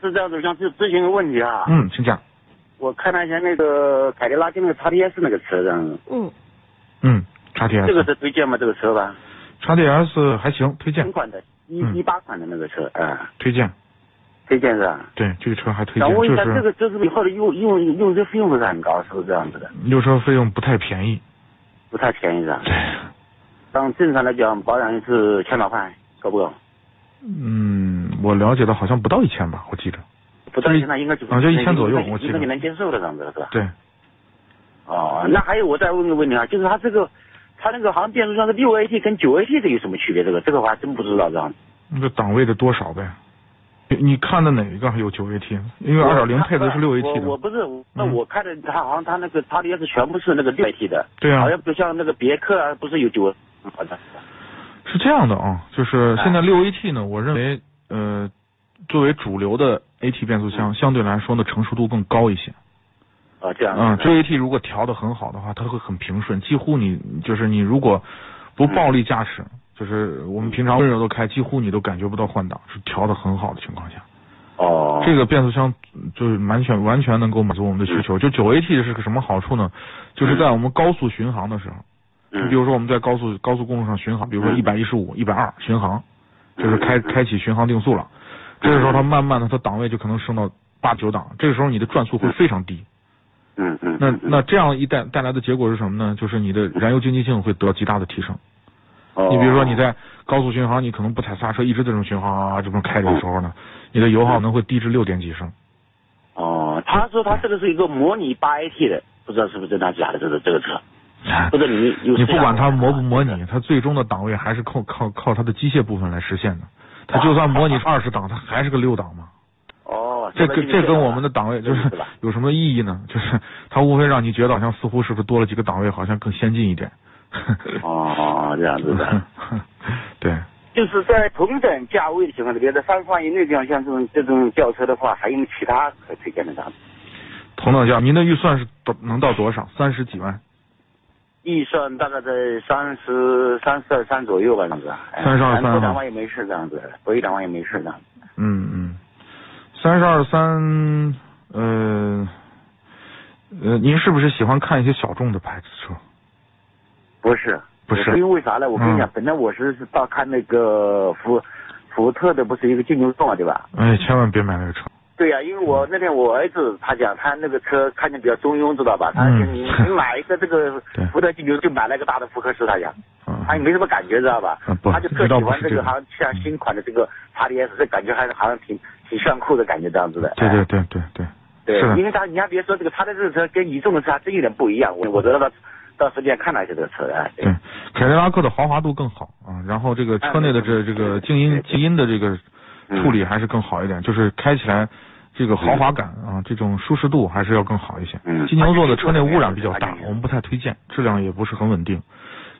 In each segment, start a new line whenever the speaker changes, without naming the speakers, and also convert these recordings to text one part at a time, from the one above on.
是这样子，我想咨咨询个问题啊。
嗯，请讲，
我看了一下那个凯迪拉克那个 XDS 那个车，这样子，
嗯，
嗯
这个
，XDS，
是推荐吗？这个车吧，
，XDS 还行，推
新
荐，
款的，一
嗯
一八款的那个车，啊，
推荐，
推荐是吧？
对，这个车还推
想
荐，
问一
就
下，这
是
个车是不是以后的用用用车费用不是很高，是不是这样子的？
用车费用不太便宜，
不太便宜是吧？
对，
当正常来讲，保养一次千把块，够不够？
嗯，我了解的好像不到一千吧，我记着，
不到一千，那应该就
啊就1000左右我记
应
得
该你能接受的这样子是吧？
对，
哦，那还有我再问个问题啊，就是它这个，它那个好像变速箱是六 AT 跟九 AT 这有什么区别？这个这个我还真不知道这样子。
那个档位的多少呗，你你看的哪一个还有九 AT？因为二点零配的是六 AT
呃我我
的，
不是，那
嗯
我看的它好像它那个它的 S 全部是那个六 AT 的，
对啊
好，像不像那个别克啊，不是有九，好的，
是这样的啊，就是
哎
现在六 AT 呢，我认为呃，作为主流的 AT 变速箱，相对来说呢成熟度更高一些。
哦这样。
嗯，追 AT 如果调的很好的话，它会很平顺，几乎你就是你如果
嗯
不暴力驾驶，就是我们平常温柔的开，几乎你都感觉不到换挡，是调的很好的情况下，
哦，
这个变速箱嗯就是完全完全能够满足我们的需
嗯
求。就九 AT 是个什么好处呢？就是在我们高速巡航的时候，你
嗯
比如说我们在高速高速公路上巡航，比如说一百一十五、一百二巡航，就是
嗯
开开启巡航定速了，这个时候它慢慢的它档位就可能升到八九档，这个时候你的转速会非常低。
嗯嗯，
那
嗯
那这样一带带来的结果是什么呢？就是你的燃油经济性会得到极大的提升。
哦
你比如说你在高速巡航，你可能不踩刹车，一直这种巡航啊这么开的时候
嗯
呢，你的油耗能会低至六点几升。
哦，他说他这个是一个模拟八 AT 的，不知道是不是真的假的这个这个车，不是你有
你不管它模不模
这个
拟，它最终的档位还是靠靠靠它的机械部分来实现的。它就 算模拟二十档，它还是个六档嘛。
哦，
这跟这跟我们的档位就是
吧？
有什么意义呢？就是它无非让你觉得好像似乎是不是多了几个档位，好像更先进一点。
哦，这样子的。
对。
就是在同等价位的情况下，比如在三十万以内这样像这种这种轿车的话，还有没有其他可推荐的啥？
同等价，您的预算是多能到多少？三十几万，
预算大概在三十三十二三左右吧，这样子。
32
哎反正多
32
两万也没事，这样子，多一两万也没事，这样。
嗯嗯，三十二三，呃，呃，您是不是喜欢看一些小众的牌子车？
不是，
不是
因为啥呢？我跟你讲，
嗯
本来我是是到看那个福福特的，不是一个进牛座嘛，对吧？
哎，千万别买那个车。
对呀、因为我那天我儿子他讲他那个车看见比较中庸，知道吧？他
嗯
就你你买一个这个
对
福特进牛，就买了一个大的福克斯，他讲。
啊、
他也没什么感觉，知道吧
啊不？
他就特
知
喜欢这
道不是这个
个，好像像新款的这个 XDS，这感觉还是好像挺挺炫酷的感觉这样子的。
对
哎
对对对对，是
对，因
的，
为他你还别说这个，他的这个车跟一众的车还真有点不一样。我我得到到实际上看了一下这个车，哎，
对，凯迪拉克的豪华度更好啊，然后这个车内的这这个静音静音的这个处理还是更好一点，就是开起来这个豪华感啊，这种舒适度还是要更好一些。
嗯
金牛座的车内污染比较大
嗯，
我们不太推荐，质量也不是很稳定。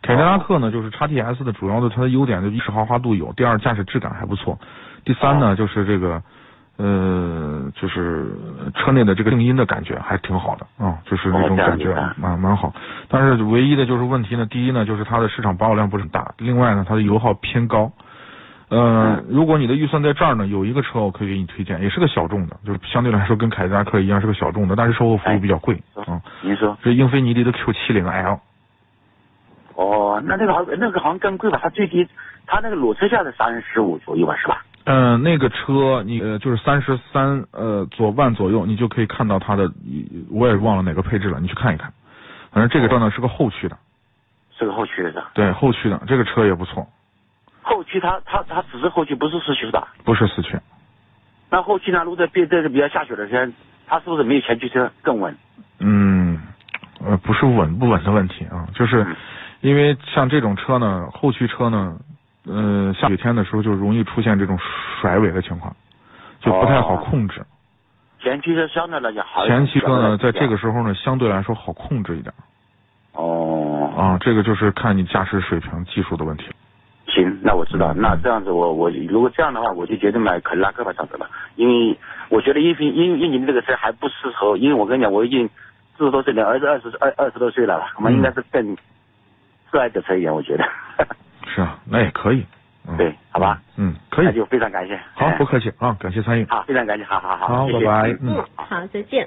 凯迪拉克呢，就是 XTS 的主要的它的优点就一是豪华度有，第二驾驶质感还不错，第三呢就是这个呃就是车内的这个静音的感觉还挺好的啊、就是那种感觉啊
哦这样子
蛮蛮好。但是唯一的就是问题呢，第一呢就是它的市场保有量不是很大，另外呢它的油耗偏高。呃，
嗯
如果你的预算在这儿呢，有一个车我可以给你推荐，也是个小众的，就是相对来说跟凯迪拉克一样是个小众的，但是售后服务比较贵啊、嗯
您说
是英菲尼迪的 Q 7 0 L。
哦，那那个好，那个好像更贵吧？它最低，它那个裸车价是三十五左右吧，是吧？
呃，那个车你呃就是三十三呃左万左右，你就可以看到它的，一我也忘了哪个配置了，你去看一看。反正这个车呢是个后驱的，
是个后驱的是吧？
对后驱的，这个车也不错，
后驱它它它只是后驱，不是四驱是吧？
不是四驱。
那后期呢，如果在别在这比较下雪的天，它是不是没有前驱车更稳？
嗯，呃，不是稳不稳的问题啊，就是
嗯
因为像这种车呢，后驱车呢，呃，下雨天的时候就容易出现这种甩尾的情况，就不太好
哦
控制。
前驱车相对来讲好一
前
点。
驱车呢，在这个
是
时
吧
候呢，相对来说好控制一点
哦，
啊，这个就是看你驾驶水平、技术的问题。
行，那我知道。
嗯
那这样子我，我如果这样的话，我就决定买凯迪拉克吧，上次了，因为我觉得英菲英英你这个车还不适合，因为我跟你讲，我已经四十多岁了，儿子二十二二十多岁了吧，我们应
嗯
该是更热爱这车一点，我觉得。
是啊，那也可以。嗯、
对好吧。
嗯，可以
那。就非常感谢。
好，
哎
不客气啊，感谢参与。
好，非常感谢，好好好，
好，
谢谢
拜拜。嗯
嗯。，好，再见。